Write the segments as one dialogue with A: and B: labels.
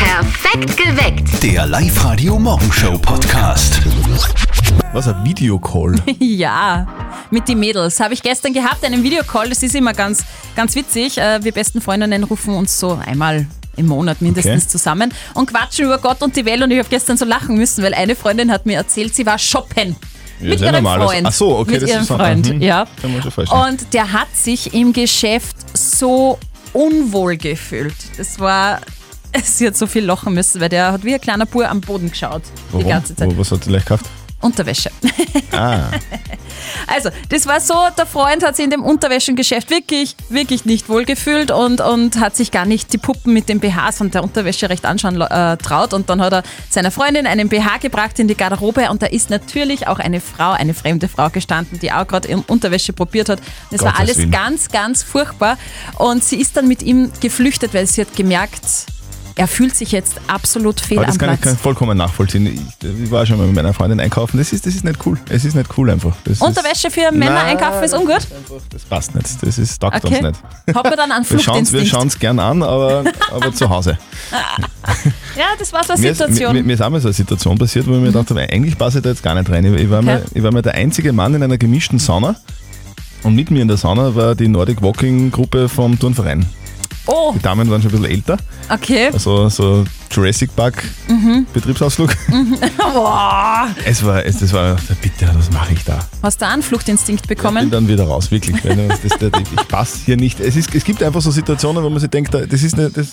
A: Perfekt geweckt.
B: Der Live-Radio Morgenshow Podcast.
C: Was ein Videocall.
D: Ja, mit den Mädels. Habe ich gestern gehabt, einen Videocall. Das ist immer ganz, ganz witzig. Äh, Wir besten Freundinnen rufen uns so einmal im Monat mindestens
C: Okay.
D: zusammen und quatschen über Gott und die Welt. Und ich habe gestern so lachen müssen, weil eine Freundin hat mir erzählt, sie war shoppen.
C: Ja,
D: mit
C: sehr
D: ihrem
C: normal. Also,
D: Freund.
C: Ach so, okay,
D: Mit
C: das
D: ihrem
C: ist so-
D: Freund,
C: mhm.
D: ja.
C: Kann man schon vorstellen.
D: Und der hat sich im Geschäft so unwohl gefühlt. Das war... Sie hat so viel lachen müssen, weil der hat wie ein kleiner Bur am Boden geschaut. Die ganze Zeit.
C: Wo, was hat er gleich gehabt?
D: Unterwäsche.
C: Ah,
D: Also, das war so, der Freund hat sich in dem Unterwäschengeschäft wirklich, wirklich nicht wohlgefühlt und, und hat sich gar nicht die Puppen mit den BHs und der Unterwäsche recht anschauen äh, traut. Und dann hat er seiner Freundin einen BH gebracht in die Garderobe und da ist natürlich auch eine Frau, eine fremde Frau gestanden, die auch gerade ihre Unterwäsche probiert hat. Das war
C: Gottes
D: alles
C: Willen.
D: ganz, ganz furchtbar. Und sie ist dann mit ihm geflüchtet, weil sie hat gemerkt, er fühlt sich jetzt absolut fehl
C: aber
D: am
C: das kann ich,
D: Platz.
C: kann ich vollkommen nachvollziehen. Ich, ich war schon mal mit meiner Freundin einkaufen. Das ist, das ist nicht cool. Es ist nicht cool einfach. Das
D: Unterwäsche für Männer
C: Nein,
D: einkaufen ist ungut?
C: Ist, das passt nicht. Das ist, taugt
D: Okay.
C: uns nicht.
D: Hat man dann einen
C: Wir schauen wir
D: Fluchtinstinkt.
C: es gern an, aber, aber zu Hause.
D: Ja, das war so eine
C: Mir ist, mir,
D: Situation.
C: mir ist auch mal so eine Situation passiert, wo ich mir gedacht habe, eigentlich passe ich da jetzt gar nicht rein. Ich, ich, war mal, ich war mal der einzige Mann in einer gemischten Sauna und mit mir in der Sauna war die Nordic Walking Gruppe vom Turnverein.
D: Oh,
C: Die Damen waren schon ein bisschen älter,
D: okay.
C: also so Jurassic Park Betriebsausflug.
D: Mhm. Boah.
C: Es war, es, das war, bitte, was mache ich da?
D: Hast du auch einen Fluchtinstinkt
C: Ich bin
D: bekommen?
C: dann wieder raus, wirklich. Weil das, das, das, ich passe hier nicht. Es, ist, es gibt einfach so Situationen, wo man sich denkt, da- das ist nicht, das,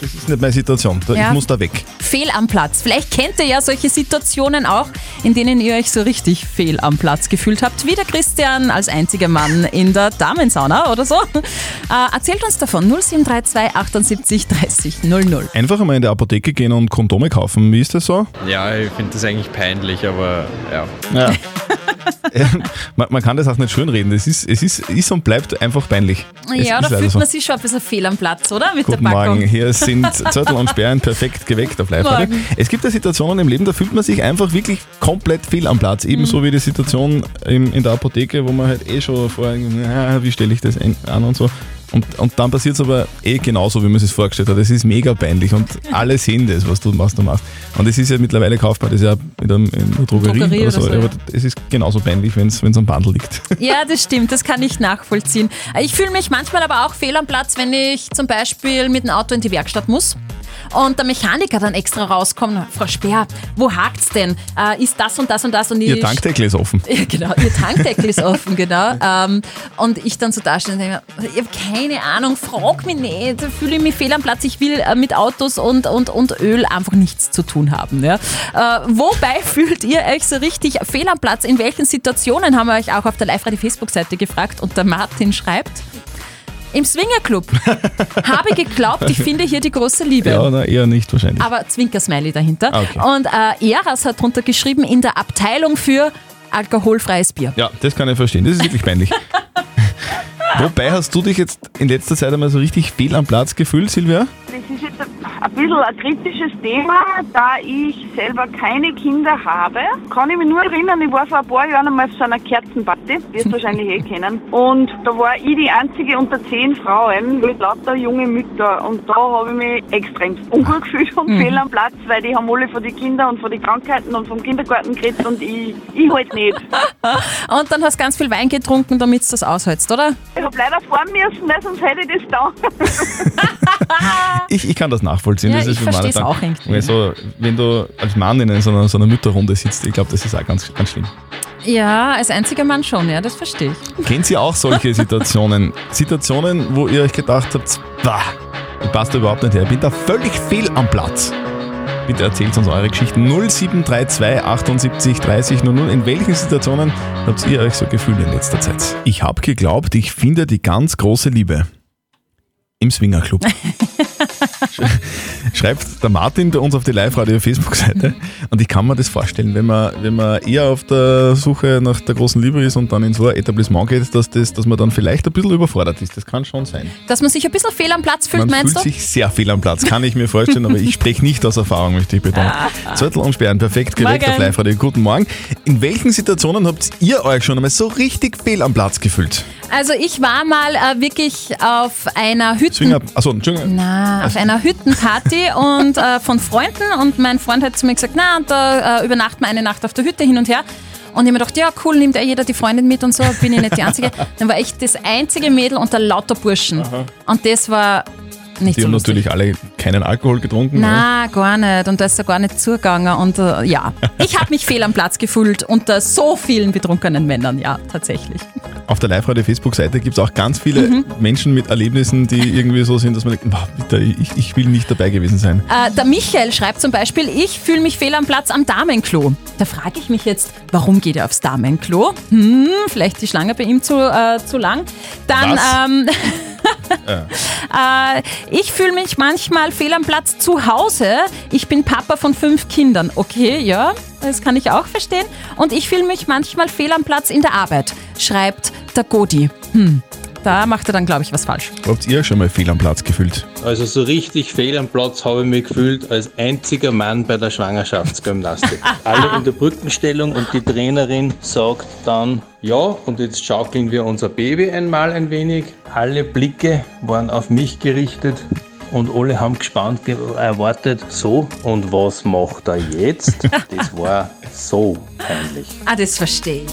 C: das ist nicht meine Situation. Da,
D: Ja.
C: Ich muss da weg.
D: Fehl am Platz. Vielleicht kennt ihr ja solche Situationen auch, in denen ihr euch so richtig fehl am Platz gefühlt habt, wie der Christian als einziger Mann in der Damensauna oder so. Äh, erzählt uns davon. 0732 78 30 00.
C: Einfach einmal in die Apotheke gehen und Kondome kaufen. Wie ist das so?
E: Ja, ich finde das eigentlich peinlich, aber ja.
C: Ja. man, man kann das auch nicht schönreden. Das ist, es ist, ist und bleibt einfach peinlich. es ist
D: Ja, da
C: leider
D: fühlt
C: so.
D: man sich schon ein bisschen fehl am Platz, oder? Mit
C: Guten
D: der Packung.
C: Morgen, hier sind Zettel und Sperren perfekt geweckt auf live
D: Morgen.
C: Es gibt ja Situationen im Leben, da fühlt man sich einfach wirklich komplett fehl am Platz.
D: Mhm.
C: Ebenso wie die Situation im, in der Apotheke, wo man halt eh schon vorher, na, wie stelle ich das ein- an und so. Und, und dann passiert es aber eh genauso, wie man es sich vorgestellt hat. Es ist mega peinlich und alle sehen das, was du, was du machst. Und es ist ja mittlerweile kaufbar, das ist ja in der, in der Drogerie,
D: Drogerie
C: oder
D: oder
C: so.
D: so, ja.
C: aber es ist genauso peinlich, wenn es am Bandel liegt.
D: Ja, das stimmt, das kann ich nachvollziehen. Ich fühle mich manchmal aber auch fehl am Platz, wenn ich zum Beispiel mit dem Auto in die Werkstatt muss und der Mechaniker dann extra rauskommt. Frau Speer, wo hakt's denn? Äh, ist das und das und das und
C: Ihr
D: ich-
C: Tankdeckel ist offen.
D: Ja, genau, ihr Tankdeckel ist offen, genau. Ähm, und ich dann so dastehe und denke, mir, ich habe keine Ahnung, frag mich nicht, da fühle ich mich fehl am Platz, ich will äh, mit Autos und, und, und Öl einfach nichts zu tun haben. Ja. Äh, wobei fühlt ihr euch so richtig fehl am Platz? In welchen Situationen haben wir euch auch auf der Live-Radio-Facebook-Seite gefragt und der Martin schreibt, im Swingerclub habe geglaubt, ich finde hier die große Liebe.
C: Ja, na, eher nicht wahrscheinlich.
D: Aber Zwinkersmiley dahinter.
C: Ah, okay.
D: Und äh, Eras hat drunter geschrieben, in der Abteilung für alkoholfreies Bier.
C: Ja, das kann ich verstehen. Das ist wirklich peinlich. Wobei hast du dich jetzt in letzter Zeit einmal so richtig fehl am Platz gefühlt, Silvia?
F: Das ist jetzt ein bisschen ein kritisches Thema, da ich selber keine Kinder habe. Kann ich mich nur erinnern, ich war vor ein paar Jahren einmal auf so einer Kerzenparty, wirst wahrscheinlich eh kennen. Und da war ich die einzige unter zehn Frauen mit lauter junge Mütter. Und da habe ich mich extrem ungut gefühlt und fehl am Platz, weil die haben alle von den Kindern und von den Krankheiten und vom Kindergarten geredet und ich, ich halt nicht.
D: Und dann hast ganz viel Wein getrunken, damit du das aushältst, oder?
F: Ich habe leider fahren müssen, weil sonst hätte ich das da.
C: Ich, ich kann das nachvollziehen.
D: Ja,
C: das
D: ich
C: für meine
D: versteh's
C: Dank.
D: auch irgendwie.
C: Weil so, wenn du als Mann in so einer, so einer Mütterrunde sitzt, ich glaube, das ist auch ganz, ganz schlimm.
D: Ja, als einziger Mann schon, ja, das verstehe ich.
C: Kennt ihr auch solche Situationen? Situationen, wo ihr euch gedacht habt, bah, ich passt da überhaupt nicht her, ich bin da völlig fehl am Platz. Bitte erzählt uns eure Geschichten 0732 78 30 00. In welchen Situationen habt ihr euch so gefühlt in letzter Zeit? Ich habe geglaubt, ich finde die ganz große Liebe. Im Swingerclub. Schreibt der Martin bei uns auf die Live-Radio-Facebook-Seite.
D: Mhm.
C: Und ich kann mir das vorstellen, wenn man, wenn man eher auf der Suche nach der großen Liebe ist und dann in so ein Etablissement geht, dass, das, dass man dann vielleicht ein bisschen überfordert ist. Das kann schon sein.
D: Dass man sich ein bisschen fehl am Platz fühlt,
C: Man
D: meinst
C: fühlt
D: du?
C: sich sehr viel am Platz, kann ich mir vorstellen, aber ich spreche nicht aus Erfahrung, möchte ich betonen. Zettel und Sperren, perfekt geweckt auf
D: Ah. Morgen.
C: live -Radio. Guten Morgen. In welchen Situationen habt ihr euch schon einmal so richtig fehl am Platz gefühlt?
D: Also ich war mal äh, wirklich auf einer Hütten...
C: Zwinger, achso, also, Entschuldigung.
D: Hm. Na, auf einer Hüttenparty und äh, von Freunden und mein Freund hat zu mir gesagt, na, und da äh, übernachten wir eine Nacht auf der Hütte hin und her. Und ich hab mir gedacht, ja cool, nimmt ja jeder die Freundin mit und so, bin ich nicht die Einzige. Dann war ich das einzige Mädel unter lauter Burschen. Und das war nicht
C: Die
D: so
C: haben
D: lustig.
C: natürlich alle keinen Alkohol getrunken. oder?
D: Na, gar nicht. Und da ist er gar nicht zugegangen. Und äh, ja, ich habe mich fehl am Platz gefühlt unter so vielen betrunkenen Männern. Ja, tatsächlich.
C: Auf der live radio Facebook-Seite gibt es auch ganz viele
D: Mhm.
C: Menschen mit Erlebnissen, die irgendwie so sind, dass man denkt, "Boah, bitte, ich, ich will nicht dabei gewesen sein.
D: Äh, der Michael schreibt zum Beispiel, ich fühle mich fehl am Platz am Damenklo. Da frage ich mich jetzt, warum geht er aufs Damenklo? Hm, vielleicht die Schlange bei ihm zu, äh, zu lang. Dann,
C: Was?
D: ähm, äh, ich fühle mich manchmal fehl am Platz zu Hause. Ich bin Papa von fünf Kindern. Okay, ja, das kann ich auch verstehen. Und ich fühle mich manchmal fehl am Platz in der Arbeit, schreibt der Godi. Hm, da macht er dann, glaube ich, was falsch.
C: Habt ihr euch schon mal fehl am Platz gefühlt?
A: Also so richtig fehl am Platz habe ich mich gefühlt als einziger Mann bei der Schwangerschaftsgymnastik. Alle in der Brückenstellung und die Trainerin sagt dann, ja, und jetzt schaukeln wir unser Baby einmal ein wenig. Alle Blicke waren auf mich gerichtet und alle haben gespannt ge- erwartet, so, und was macht er jetzt? Das war so peinlich.
D: Ah, das verstehe ich.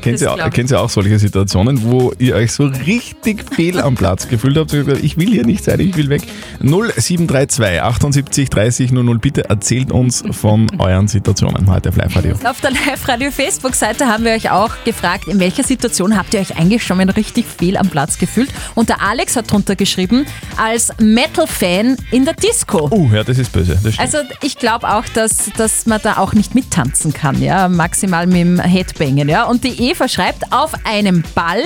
C: Kennt
D: Das
C: ihr,
D: glaub
C: auch-
D: ich.
C: kennt ihr auch solche Situationen, wo ihr euch so richtig fehl am Platz gefühlt habt? und gesagt habt, Ich will hier nicht sein, ich will weg. 0732 78 30 00, bitte erzählt uns von euren Situationen heute auf Live-Radio.
D: Auf der Live-Radio-Facebook-Seite haben wir euch auch gefragt, in welcher Situation habt ihr euch eigentlich schon mal richtig fehl am Platz gefühlt? Und der Alex hat drunter geschrieben, als Metal-Fan in der Disco.
C: Uh, ja, das ist böse. Das stimmt.
D: Also ich glaube auch, dass, dass man da auch nicht mittanzen kann, ja, maximal mit dem Headbangen, ja. Und die Eva schreibt, auf einem Ball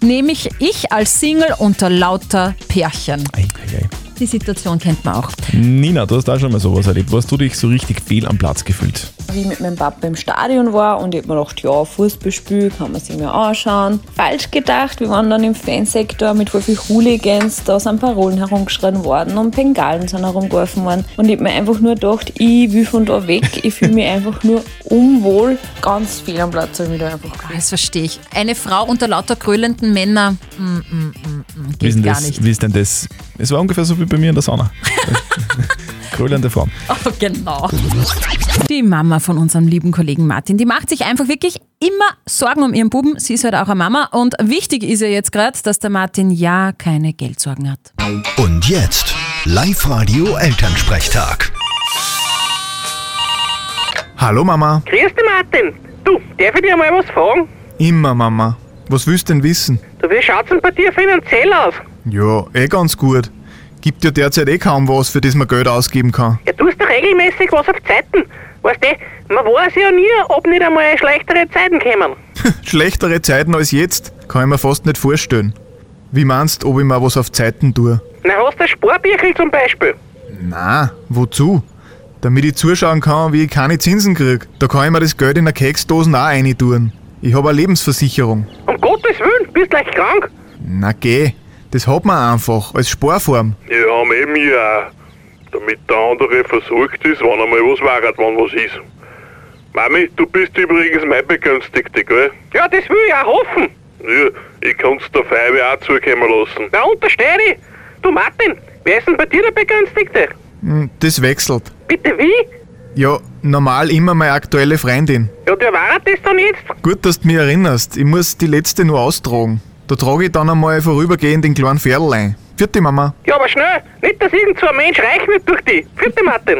D: nehme ich ich als Single unter lauter Pärchen.
C: Ei, ei, ei.
D: Die Situation kennt man auch.
C: Nina, du hast auch schon mal sowas erlebt. Wo hast du dich so richtig fehl am Platz gefühlt?
G: wie ich mit meinem Papa im Stadion war und ich hab mir gedacht, ja, Fußballspiel kann man sich mal anschauen. Falsch gedacht, wir waren dann im Fansektor mit voll viel Hooligans, da sind Parolen herumgeschrien worden und Bengalen sind herumgeworfen worden und ich hab mir einfach nur gedacht, ich will von da weg, ich fühle mich einfach nur unwohl. Ganz viel am Platz habe ich mich da einfach gefühlt.
D: Das verstehe ich. Eine Frau unter lauter grölenden Männern, mm, mm, mm, mm,
C: Wie ist,
D: geht
C: denn
D: gar
C: das,
D: nicht.
C: wie ist denn das? Es war ungefähr so wie bei mir in der Sauna. Grölende Frauen.
D: Oh, genau. Die Mama von unserem lieben Kollegen Martin, die macht sich einfach wirklich immer Sorgen um ihren Buben. Sie ist halt auch eine Mama. Und wichtig ist ja jetzt gerade, dass der Martin ja keine Geldsorgen hat.
B: Und jetzt Live-Radio Elternsprechtag.
H: Hallo Mama.
I: Grüß dich, Martin. Du, darf ich dir mal was fragen?
H: Immer Mama. Was willst denn wissen?
I: Du, wie schaut's denn bei dir finanziell aus?
H: Ja, eh ganz gut. Gibt ja derzeit eh kaum was, für das man Geld ausgeben kann.
I: Ja, tust du regelmäßig was auf Zeiten. Weißt du, man weiß ja nie, ob nicht einmal schlechtere Zeiten kommen.
H: Schlechtere Zeiten als jetzt kann ich mir fast nicht vorstellen. Wie meinst, ob ich mir was auf Zeiten tue?
I: Na, hast du ein Sparbüchel zum Beispiel?
H: Na, wozu? Damit ich zuschauen kann, wie ich keine Zinsen krieg. Da kann ich mir das Geld in der Keksdosen auch reintun. Ich habe eine Lebensversicherung.
I: Um Gottes Willen, bist gleich krank.
H: Na geh, das hat man einfach, als Sparform.
J: Ja, haben eben ja auch. Damit der andere versorgt ist, wenn einmal was wäre, wenn was ist. Mami, du bist übrigens mein Begünstigte, gell?
I: Ja, das will ich auch hoffen.
J: Ja, ich kann's der Feibe auch zukommen lassen.
I: Na, untersteh dich. Du, Martin, wer ist denn bei dir der Begünstigte?
H: Hm, Das wechselt.
I: Bitte wie?
H: Ja, normal immer meine aktuelle Freundin.
I: Ja, der war das dann jetzt.
H: Gut, dass du mich erinnerst. Ich muss die letzte nur austragen. Da trage ich dann einmal vorübergehend den kleinen Pferdl ein. Vierte Mama.
I: Ja, aber schnell. Nicht, dass irgend so ein Mensch reich wird durch dich. Bitte, Martin.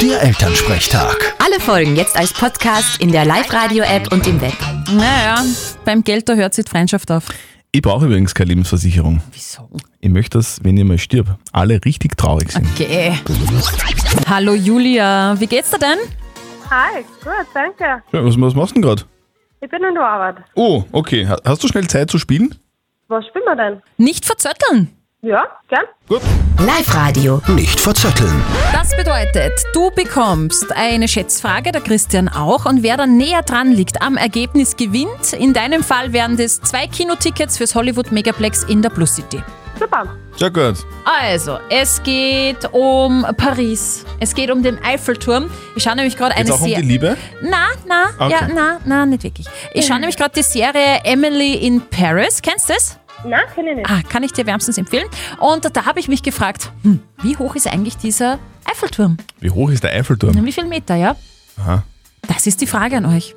B: Der Elternsprechtag.
K: Alle Folgen jetzt als Podcast in der Live-Radio-App und im Web.
D: Naja, beim Geld, da hört sich die Freundschaft auf.
C: Ich brauche übrigens keine Lebensversicherung.
D: Wieso?
C: Ich möchte, dass, wenn ich mal stirb, alle richtig traurig sind.
D: Okay. Hallo Julia, wie geht's dir denn?
F: Hi, gut, danke.
C: Schön, was, was machst du denn gerade?
F: Ich bin in der Arbeit.
C: Oh, okay. Ha- Hast du schnell Zeit zu spielen?
F: Was spielen wir denn?
D: Nicht verzötteln.
F: Ja, gern.
K: Live-Radio.
B: Nicht verzetteln.
D: Das bedeutet, du bekommst eine Schätzfrage, der Christian auch, und wer dann näher dran liegt am Ergebnis gewinnt. In deinem Fall wären das zwei Kinotickets fürs Hollywood Megaplex in der Plus City.
F: Super.
C: Sehr gut.
D: Also, es geht um Paris. Es geht um den Eiffelturm. Ich schaue nämlich gerade eine
C: Geht's auch um die
D: Serie.
C: Liebe?
D: Na, na,
C: Okay.
D: ja, na, na, nicht wirklich. Ich schaue nämlich gerade die Serie Emily in Paris. Kennst du das?
L: Nein, kenne ich nicht.
D: Ah, kann ich dir wärmstens empfehlen. Und da habe ich mich gefragt, hm, wie hoch ist eigentlich dieser Eiffelturm?
C: Wie hoch ist der Eiffelturm?
D: Wie viel Meter, ja?
C: Aha.
D: Das ist die Frage an euch.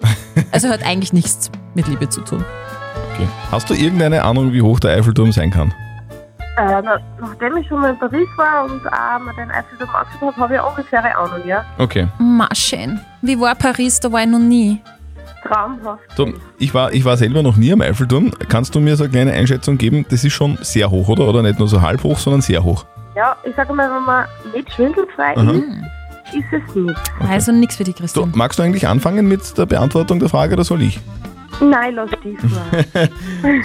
D: Also hat eigentlich nichts mit Liebe zu tun.
C: Okay. Hast du irgendeine Ahnung, wie hoch der Eiffelturm sein kann?
L: Äh, na, nachdem ich schon mal in Paris war und auch mir den Eiffelturm angeschaut habe, habe ich ungefähr eine Ahnung, ja.
C: Okay.
D: Maschen. Wie war Paris? Da war ich noch nie.
L: Traumhaft.
C: So, ich war, ich war selber noch nie am Eiffelturm. Kannst du mir so eine kleine Einschätzung geben? Das ist schon sehr hoch, oder? Oder nicht nur so halb hoch, sondern sehr hoch.
L: Ja, ich sage mal, wenn man nicht schwindelfrei
C: Aha.
L: ist, ist es nicht.
D: Also nichts für die Christine.
C: Magst du eigentlich anfangen mit der Beantwortung der Frage oder soll ich?
L: Nein, lass dich mal.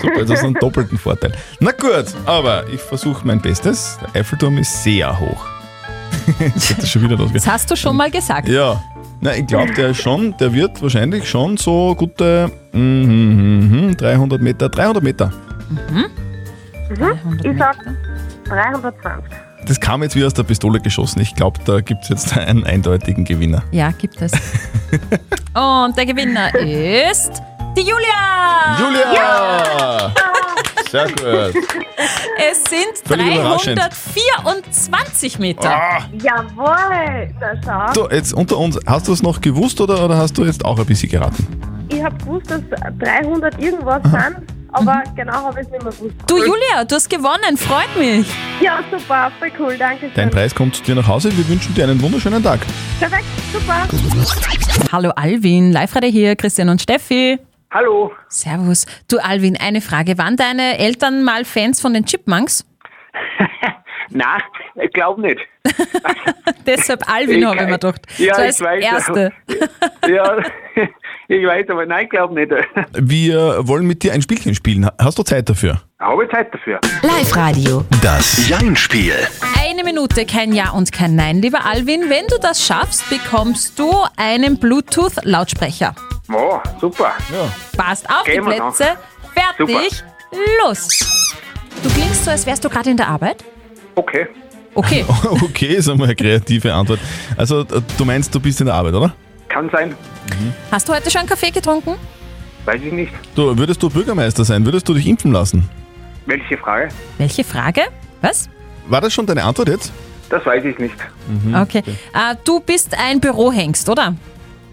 C: Super, das ist ein doppelten Vorteil. Na gut, aber ich versuche mein Bestes. Der Eiffelturm ist sehr hoch. Jetzt geht das schon wieder los.
D: Das hast du schon mal gesagt.
C: Ja. Na, ich glaube, der ist schon, der wird wahrscheinlich schon so gute mm, mm, mm, 300 Meter, 300 Meter.
L: Mhm. Ich sage 320.
C: Das kam jetzt wie aus der Pistole geschossen. Ich glaube, da gibt es jetzt einen eindeutigen Gewinner.
D: Ja, gibt es. Und der Gewinner ist die Julia.
C: Julia! Sehr gut.
D: Es sind
C: Völlig überraschend.
D: 324 Meter.
C: Ah.
L: Jawohl, na schau.
C: So, jetzt unter uns, hast du es noch gewusst oder, oder hast du jetzt auch ein bisschen geraten?
L: Ich habe gewusst, dass 300 irgendwas sind, aber genau habe ich es nicht mehr gewusst.
D: Du Julia, du hast gewonnen, freut mich.
L: Ja, super, voll cool, danke
C: Dein
L: schön.
C: Preis kommt zu dir nach Hause. Wir wünschen dir einen wunderschönen Tag.
L: Perfekt, super.
D: Hallo Alvin, live gerade hier, Christian und Steffi.
M: Hallo.
D: Servus. Du Alvin, eine Frage. Waren deine Eltern mal Fans von den Chipmunks?
M: Na, ich glaube nicht.
D: Deshalb Alvin, habe ich mir gedacht.
M: Ja,
D: so
M: ich
D: als
M: weiß,
D: Erste.
M: Ja, ich weiß, aber nein, ich glaube nicht.
C: Wir wollen mit dir ein Spielchen spielen. Hast du Zeit dafür?
M: Habe ich Zeit dafür.
K: Live-Radio.
B: Das Jein-Spiel.
D: Eine Minute, kein Ja und kein Nein, lieber Alvin. Wenn du das schaffst, bekommst du einen Bluetooth-Lautsprecher.
M: Oh, super.
C: Ja.
D: Passt auf
M: Gehen
D: die
M: wir noch.
D: Plätze. Fertig. Los. Du klingst so, als wärst du gerade in der Arbeit.
M: Okay.
D: Okay.
M: Oh.
C: Okay, ist einmal eine kreative Antwort. Also, du meinst, du bist in der Arbeit, oder?
M: Kann sein.
D: Hast du heute schon Kaffee getrunken?
M: Weiß ich nicht.
C: Du, würdest du Bürgermeister sein? Würdest du dich impfen lassen?
M: Welche Frage?
D: Welche Frage? Was?
C: War das schon deine Antwort jetzt?
M: Das weiß ich nicht.
D: Okay. Äh, du bist ein Bürohengst, oder?
M: Mhm.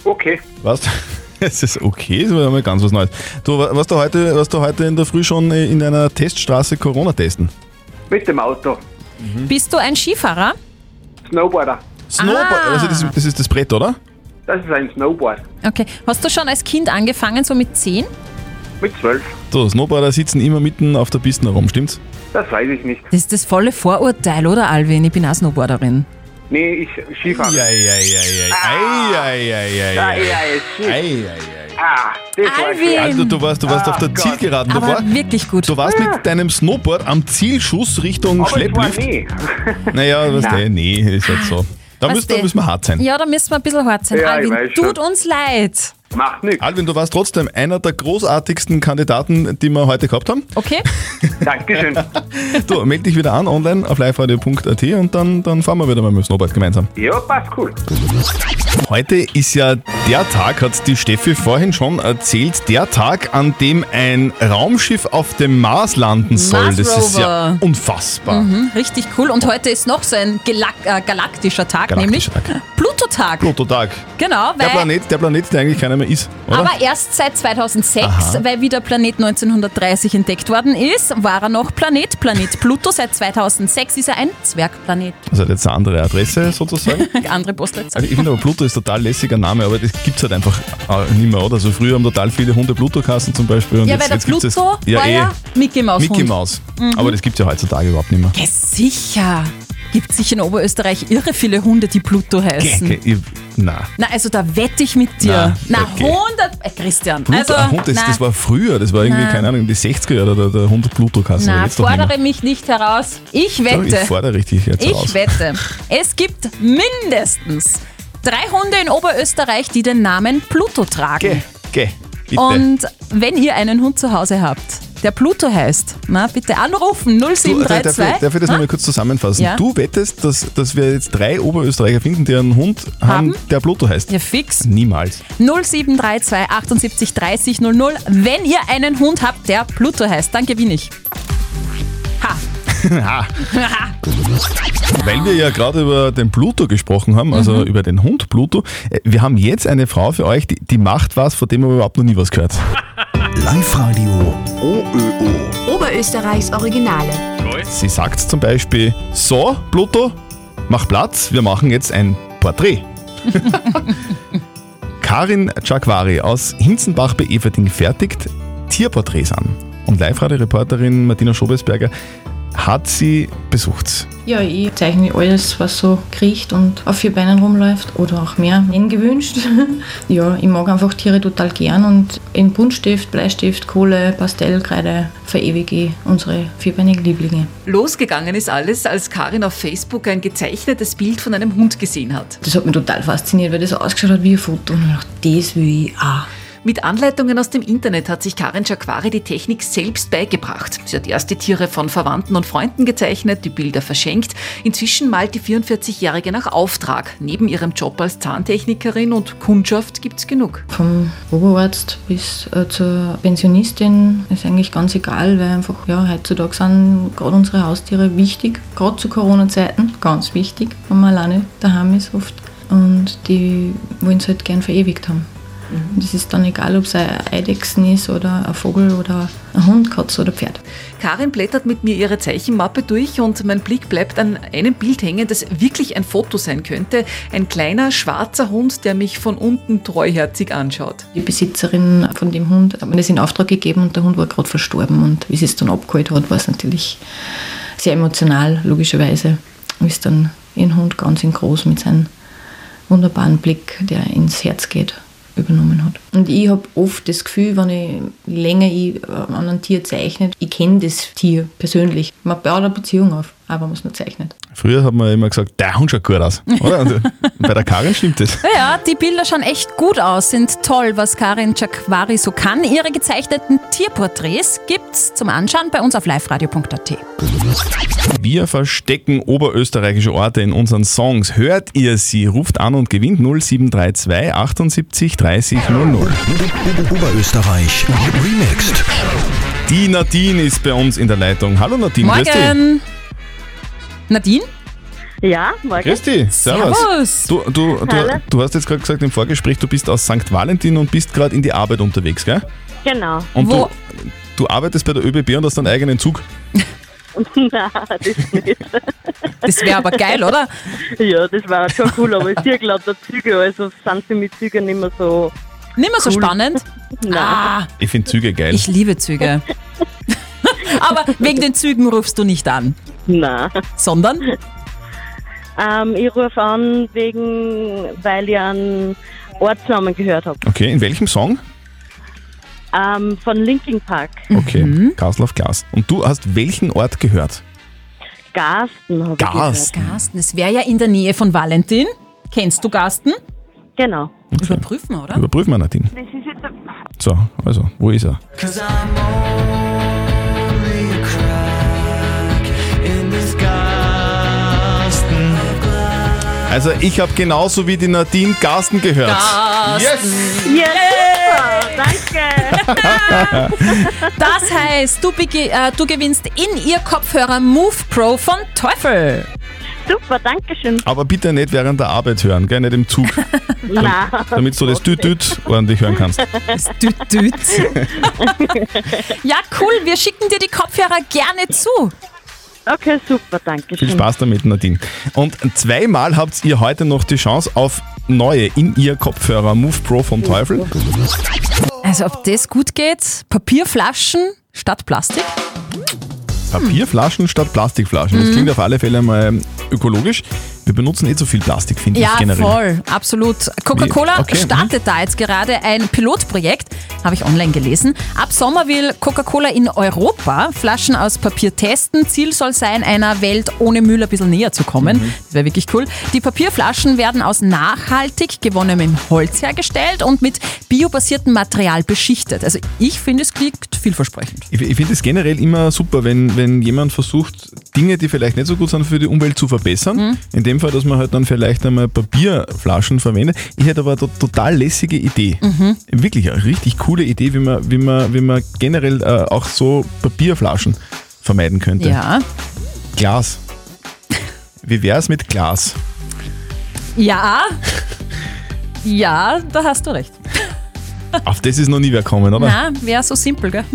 M: Okay.
C: Was? Es ist okay, ist aber mal ganz was Neues. Du, wa- warst du heute, warst du heute in der Früh schon in einer Teststraße Corona testen?
M: Mit dem Auto.
D: Bist du ein Skifahrer?
M: Snowboarder.
C: Snowboard,
M: Ah.
C: also das, das ist das Brett, oder?
M: Das ist ein Snowboard.
D: Okay. Hast du schon als Kind angefangen, so mit 10?
M: Mit zwölf.
C: So, Snowboarder sitzen immer mitten auf der Piste herum, stimmt's?
M: Das weiß ich nicht.
D: Das ist das volle Vorurteil, oder Alvin? Ich bin auch Snowboarderin.
M: Nee, ich Skifahrer.
C: Ja, ja, ja, ja. Ah. Ei, ei, ei, ei,
M: Ja,
C: ei.
M: Ah, ja,
C: Ei, ei,
M: ei. Ah, das war's.
D: Alvin!
C: Also du warst, du
M: Ah,
C: warst auf der Zielgeraden. Du
D: Aber
C: warst,
D: wirklich gut.
C: Du warst mit deinem Snowboard am Zielschuss Richtung
M: Aber ich war
C: Schlepplift.
M: nie.
C: Naja, was
M: Na.
C: der, nee, ist halt so. Da
D: Was
C: müssen, da
D: der?
C: müssen wir hart sein.
D: Ja, da müssen wir ein bisschen hart sein.
C: Ja, ich
D: Alvin,
C: weiß
D: tut
C: schon.
D: uns leid.
M: Macht nichts.
C: Alvin, du warst trotzdem einer der großartigsten Kandidaten, die wir heute gehabt haben.
D: Okay?
M: Dankeschön.
C: Du, melde dich wieder an online auf liveradio.at und dann, dann fahren wir wieder mal mit dem Snowboard gemeinsam.
M: Ja, passt cool.
C: Heute ist ja der Tag, hat die Steffi vorhin schon erzählt, der Tag, an dem ein Raumschiff auf dem Mars landen soll. Das ist ja
D: Rover.
C: unfassbar.
D: Mhm, richtig cool. Und heute ist noch so ein Galak äh, galaktischer Tag, nämlich Plutotag.
C: Plutotag.
D: Genau,
C: Der
D: weil.
C: Planet, der Planet, der eigentlich keiner mehr ist, oder?
D: Aber erst seit 2006,
C: Aha.
D: weil wie der Planet 1930 entdeckt worden ist, war er noch Planet, Planet Pluto. Seit 2006 ist er ein Zwergplanet.
C: also hat jetzt eine andere Adresse sozusagen.
D: Andere Postleitzahl.
C: Also ich finde aber Pluto ist total lässiger Name, aber das gibt es halt einfach äh, nicht mehr, oder? Also früher haben total viele Hunde Pluto-Kassen zum Beispiel. Und
D: ja,
C: jetzt,
D: weil der
C: jetzt gibt's das-
D: Pluto
C: ja,
D: war
C: eh,
D: ja Mhm. Mickey Maus.
C: Mickey Maus. Aber das gibt es ja heutzutage überhaupt nicht mehr.
D: Ja, sicher. Gibt sicher in Oberösterreich irre viele Hunde, die Pluto heißen.
C: Gecke, ich, na.
D: Na, also da wette ich mit dir.
C: Na,
D: Na,
C: okay.
D: 100. Äh, Christian.
C: Pluto,
D: also,
C: ein Hund, das,
D: na,
C: das war früher, das war irgendwie,
D: Na.
C: keine Ahnung, in die 60er Jahre, der, der Hund Pluto-Kassen. aber
D: na
C: jetzt doch nicht mehr.
D: fordere mich nicht heraus. Ich
C: Ich glaub,
D: wette.
C: Ich fordere richtig jetzt
D: Ich
C: raus.
D: wette, es gibt mindestens drei Hunde in Oberösterreich, die den Namen Pluto tragen.
C: Geh, geh, bitte.
D: Und wenn ihr einen Hund zu Hause habt, der Pluto heißt. Na, bitte anrufen
C: Du, äh, darf, darf,
D: 0732.
C: ich- darf ich das
D: Na?
C: nochmal kurz zusammenfassen?
D: Hm? Ja.
C: Du wettest, dass, dass wir jetzt drei Oberösterreicher finden, die einen Hund haben, der Pluto heißt?
D: Ja, fix.
C: Niemals.
D: 0732 78 30 00. Wenn ihr einen Hund habt, der Pluto heißt, dann gewinne ich. Ha.
C: Ha. Weil wir ja gerade über den Pluto gesprochen haben, also
D: Mhm.
C: über den Hund Pluto, äh, wir haben jetzt eine Frau für euch, die, die macht was, von dem wir überhaupt noch nie was gehört.
B: Live-Radio OÖO.
K: Oberösterreichs Originale.
C: Sie sagt zum Beispiel, so Pluto, mach Platz, wir machen jetzt ein Porträt. Karin Chakvari aus Hinzenbach bei Everding fertigt Tierporträts an. Und Live-Radio-Reporterin Martina Schobesberger hat sie besucht.
N: Ja, ich zeichne alles, was so kriecht und auf vier Beinen rumläuft oder auch mehr, wenn gewünscht. ja, ich mag einfach Tiere total gern und in Buntstift, Bleistift, Kohle, Pastell, Kreide verewige ich unsere vierbeinigen Lieblinge.
O: Losgegangen ist alles, als Karin auf Facebook ein gezeichnetes Bild von einem Hund gesehen hat.
N: Das hat mich total fasziniert, weil das ausgeschaut hat wie ein Foto und ich dachte, das will ich auch.
O: Mit Anleitungen aus dem Internet hat sich Karin Jacquari die Technik selbst beigebracht. Sie hat erst die Tiere von Verwandten und Freunden gezeichnet, die Bilder verschenkt. Inzwischen malt die 44-Jährige nach Auftrag. Neben ihrem Job als Zahntechnikerin und Kundschaft gibt's genug.
N: Vom Oberarzt bis äh, zur Pensionistin ist eigentlich ganz egal, weil einfach, ja, heutzutage sind gerade unsere Haustiere wichtig, gerade zu Corona-Zeiten, ganz wichtig, wenn man alleine daheim ist oft. Und die wollen es halt gern verewigt haben. Und es Mhm. ist dann egal, ob es ein Eidechsen ist oder ein Vogel oder ein Hund, Katze oder Pferd.
O: Karin blättert mit mir ihre Zeichenmappe durch und mein Blick bleibt an einem Bild hängen, das wirklich ein Foto sein könnte. Ein kleiner schwarzer Hund, der mich von unten treuherzig anschaut.
N: Die Besitzerin von dem Hund hat mir das in Auftrag gegeben und der Hund war gerade verstorben. Und wie sie es dann abgeholt hat, war es natürlich sehr emotional, logischerweise. Und ist dann ihren Hund ganz in groß mit seinem wunderbaren Blick, der ins Herz geht, übernommen hat. Und ich habe oft das Gefühl, wenn ich je länger ich äh, an einem Tier zeichne, ich kenne das Tier persönlich. Man baut eine Beziehung auf, auch wenn man es nur zeichnet.
C: Früher hat man immer gesagt, der Hund schaut gut aus, oder? Und bei der Karin stimmt das.
D: Ja, die Bilder schauen echt gut aus, sind toll, was Karin Chakvari so kann. Ihre gezeichneten Tierporträts gibt's zum Anschauen bei uns auf liveradio.at.
C: Wir verstecken oberösterreichische Orte in unseren Songs. Hört ihr sie, ruft an und gewinnt 0732 78 30 00.
B: Oberösterreich Remixed.
C: Die Nadine ist bei uns in der Leitung. Hallo Nadine, grüß dich.
D: Morgen! Nadine?
L: Ja, morgen.
C: Grüß dich, servus.
D: Servus.
C: Du, du,
L: Hallo.
C: du, du hast jetzt gerade gesagt im Vorgespräch, du bist aus St. Valentin und bist gerade in die Arbeit unterwegs, gell?
L: Genau.
C: Und du, du arbeitest bei der ÖBB und hast einen eigenen Zug.
L: Nein, das nicht.
D: Das wäre aber geil, oder?
L: Ja, das war schon cool, aber ich sehe glaube der Züge, also sind sie mit Zügen nicht mehr so.
D: Nicht mehr so spannend? Ah,
L: Nein.
C: Ich finde Züge geil.
D: Ich liebe Züge. aber wegen den Zügen rufst du nicht an.
L: Nein.
D: Sondern?
L: Ähm, ich rufe an, wegen, weil ich einen Ortsnamen gehört habe.
C: Okay, in welchem Song?
L: Ähm, von Linkin Park.
C: Okay,
D: Mhm.
C: Castle of Glass. Und du hast welchen Ort gehört?
L: Garsten habe ich
C: Garsten.
L: gehört.
D: Garsten, das wäre ja in der Nähe von Valentin. Kennst du Garsten?
L: Genau.
D: Überprüfen, oder?
C: Überprüfen wir Nadine.
L: Das ist jetzt
C: So, also, wo ist er? Also ich habe genauso wie die Nadine Garsten gehört.
L: Yes! Yes! Danke!
D: Das heißt, du, bege- äh, du gewinnst in ihr Kopfhörer Move Pro von Teufel.
L: Super, danke schön.
C: Aber bitte nicht während der Arbeit hören, gell? nicht im Zug,
L: Nein.
C: damit du das Düt-Düt ordentlich hören kannst.
D: Das Düt-Düt. Ja, cool, wir schicken dir die Kopfhörer gerne zu.
L: Okay, super, danke
C: Viel Spaß damit, Nadine. Und zweimal habt ihr heute noch die Chance auf neue in ihr Kopfhörer Move Pro vom Teufel.
D: Also, ob das gut geht, Papierflaschen statt Plastik?
C: Papierflaschen statt Plastikflaschen. Das
D: Mhm.
C: klingt auf alle Fälle mal ökologisch. Wir benutzen eh zu viel Plastik, finde
D: Ja,
C: ich generell.
D: voll, absolut. Coca-Cola
C: Wie? Okay, mhm.
D: startet da jetzt gerade ein Pilotprojekt. habe ich online gelesen. Ab Sommer will Coca-Cola in Europa Flaschen aus Papier testen. Ziel soll sein, einer Welt ohne Müll ein bisschen näher zu kommen.
P: Mhm.
D: Das wäre wirklich cool. Die Papierflaschen werden aus nachhaltig gewonnenem Holz hergestellt und mit biobasiertem Material beschichtet. Also ich finde, es klingt vielversprechend.
C: Ich, ich finde es generell immer super, wenn, wenn jemand versucht, Dinge, die vielleicht nicht so gut sind für die Umwelt, zu verbessern.
D: Mhm.
C: In dem Fall, dass man halt dann vielleicht einmal Papierflaschen verwendet. Ich hätte aber eine to- total lässige Idee.
D: Mhm.
C: Wirklich eine richtig coole Idee, wie man, wie man, wie man generell äh, auch so Papierflaschen vermeiden könnte.
D: Ja.
C: Glas. Wie wäre es mit Glas?
D: Ja. Ja, da hast du recht.
C: Auf das ist noch nie wer kommen, oder?
D: Na, wäre so simpel, gell?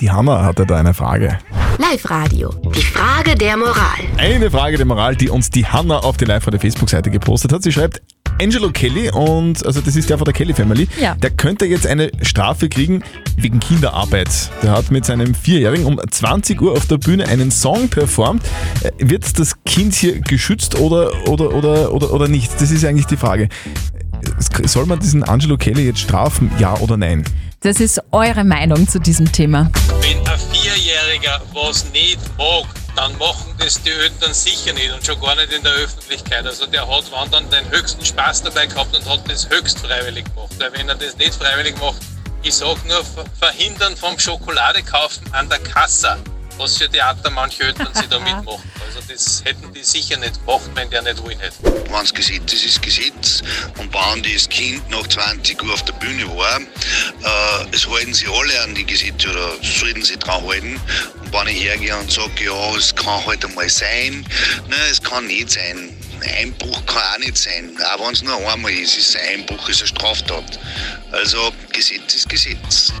C: Die Hanna hatte da eine Frage.
K: Live Radio. Die Frage der Moral.
C: Eine Frage der Moral, die uns die Hanna auf die live der Facebook-Seite gepostet hat. Sie schreibt, Angelo Kelly und also das ist der von der Kelly Family,
D: Ja.
C: der könnte jetzt eine Strafe kriegen wegen Kinderarbeit. Der hat mit seinem Vierjährigen um 20 Uhr auf der Bühne einen Song performt. Äh, Wird das Kind hier geschützt oder, oder, oder, oder, oder nicht? Das ist eigentlich die Frage. Äh, Es- Soll man diesen Angelo Kelly jetzt strafen, ja oder nein?
D: Das ist eure Meinung zu diesem Thema.
L: Wenn ein Vierjähriger was nicht mag, dann machen das die Eltern sicher nicht und schon gar nicht in der Öffentlichkeit. Also der hat wann dann den höchsten Spaß dabei gehabt und hat das höchst freiwillig gemacht. Weil wenn er das nicht freiwillig macht, ich sag nur, ver- verhindern vom Schokolade kaufen an der Kasse. Was für Theater manche Eltern sie da mitmachen. Also das hätten die sicher nicht gemacht, wenn der nicht wollen hätte.
Q: Wenn es Gesetz ist, ist Gesetz. Und wenn das Kind nach 20 Uhr auf der Bühne war, äh, es halten sich alle an die Gesetze oder sollten sich dran halten. Und wenn ich hergehe und sage, ja, es kann halt einmal sein, ne, es kann nicht sein. Ein Einbruch kann auch nicht sein. Auch wenn es nur einmal ist, ist ein Einbruch ist eine Straftat. Also Gesetz ist Gesetz.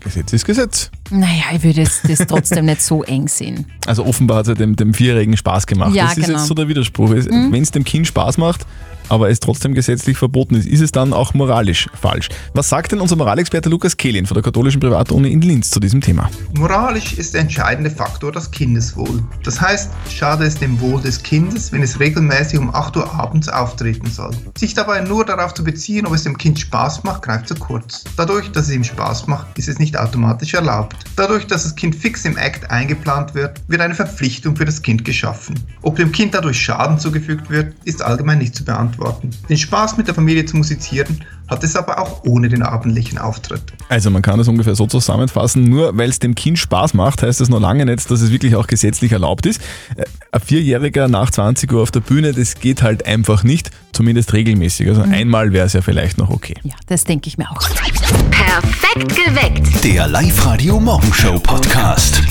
C: Gesetz ist Gesetz.
D: Naja, ich würde es- das trotzdem nicht so eng sehen.
C: Also offenbar hat es ja dem, dem Vierjährigen Spaß gemacht.
D: Ja,
C: das ist
D: genau.
C: jetzt so der Widerspruch. Es-
D: Mhm.
C: Wenn es dem Kind Spaß macht, aber es trotzdem gesetzlich verboten ist, ist es dann auch moralisch falsch. Was sagt denn unser Moralexperte Lukas Kehlin von der katholischen Privatuni in Linz zu diesem Thema?
A: Moralisch ist der entscheidende Faktor das Kindeswohl. Das heißt, schade es dem Wohl des Kindes, wenn es regelmäßig um 8 Uhr abends auftreten soll. Sich dabei nur darauf zu beziehen, ob es dem Kind Spaß macht, greift zu kurz. Dadurch, dass es ihm Spaß macht, ist es nicht automatisch erlaubt. Dadurch, dass das Kind fix im Act eingeplant wird, wird eine Verpflichtung für das Kind geschaffen. Ob dem Kind dadurch Schaden zugefügt wird, ist allgemein nicht zu beantworten. Den Spaß mit der Familie zu musizieren hat es aber auch ohne den abendlichen Auftritt.
C: Also man kann das ungefähr so zusammenfassen, nur weil es dem Kind Spaß macht, heißt das noch lange nicht, dass es wirklich auch gesetzlich erlaubt ist. Äh, Ein Vierjähriger nach 20 Uhr auf der Bühne, das geht halt einfach nicht, zumindest regelmäßig. Also
D: Mhm.
C: einmal wäre es ja vielleicht noch okay.
D: Ja, das denke ich mir auch.
K: Perfekt geweckt.
R: Der Live-Radio Morgenshow Podcast.